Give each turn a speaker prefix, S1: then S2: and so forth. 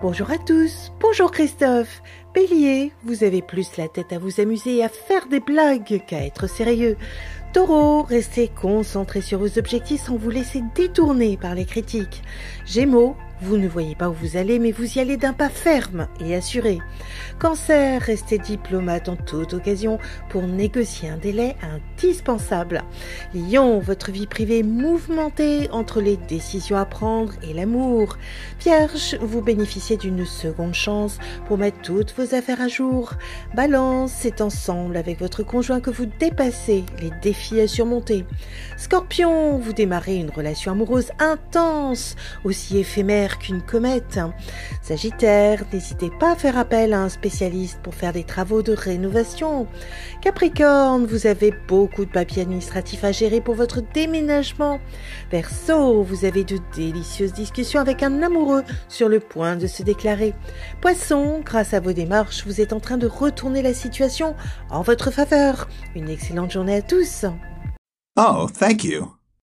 S1: Bonjour à tous, bonjour Christophe. Bélier, vous avez plus la tête à vous amuser et à faire des blagues qu'à être sérieux. Taureau, restez concentré sur vos objectifs sans vous laisser détourner par les critiques. Gémeaux, vous ne voyez pas où vous allez, mais vous y allez d'un pas ferme et assuré. Cancer, restez diplomate en toute occasion pour négocier un délai indispensable. Lion, votre vie privée est mouvementée entre les décisions à prendre et l'amour. Vierge, vous bénéficiez d'une seconde chance pour mettre toutes vos affaires à jour. Balance, c'est ensemble avec votre conjoint que vous dépassez les défis à surmonter. Scorpion, vous démarrez une relation amoureuse intense, aussi éphémère qu'une comète. Sagittaire, n'hésitez pas à faire appel à un spécialiste pour faire des travaux de rénovation. Capricorne, vous avez beaucoup de papiers administratifs à gérer pour votre déménagement. Verseau, vous avez de délicieuses discussions avec un amoureux sur le point de se déclarer. Poisson, grâce à vos démarches, vous êtes en train de retourner la situation en votre faveur. Une excellente journée à tous.
S2: Oh, thank you.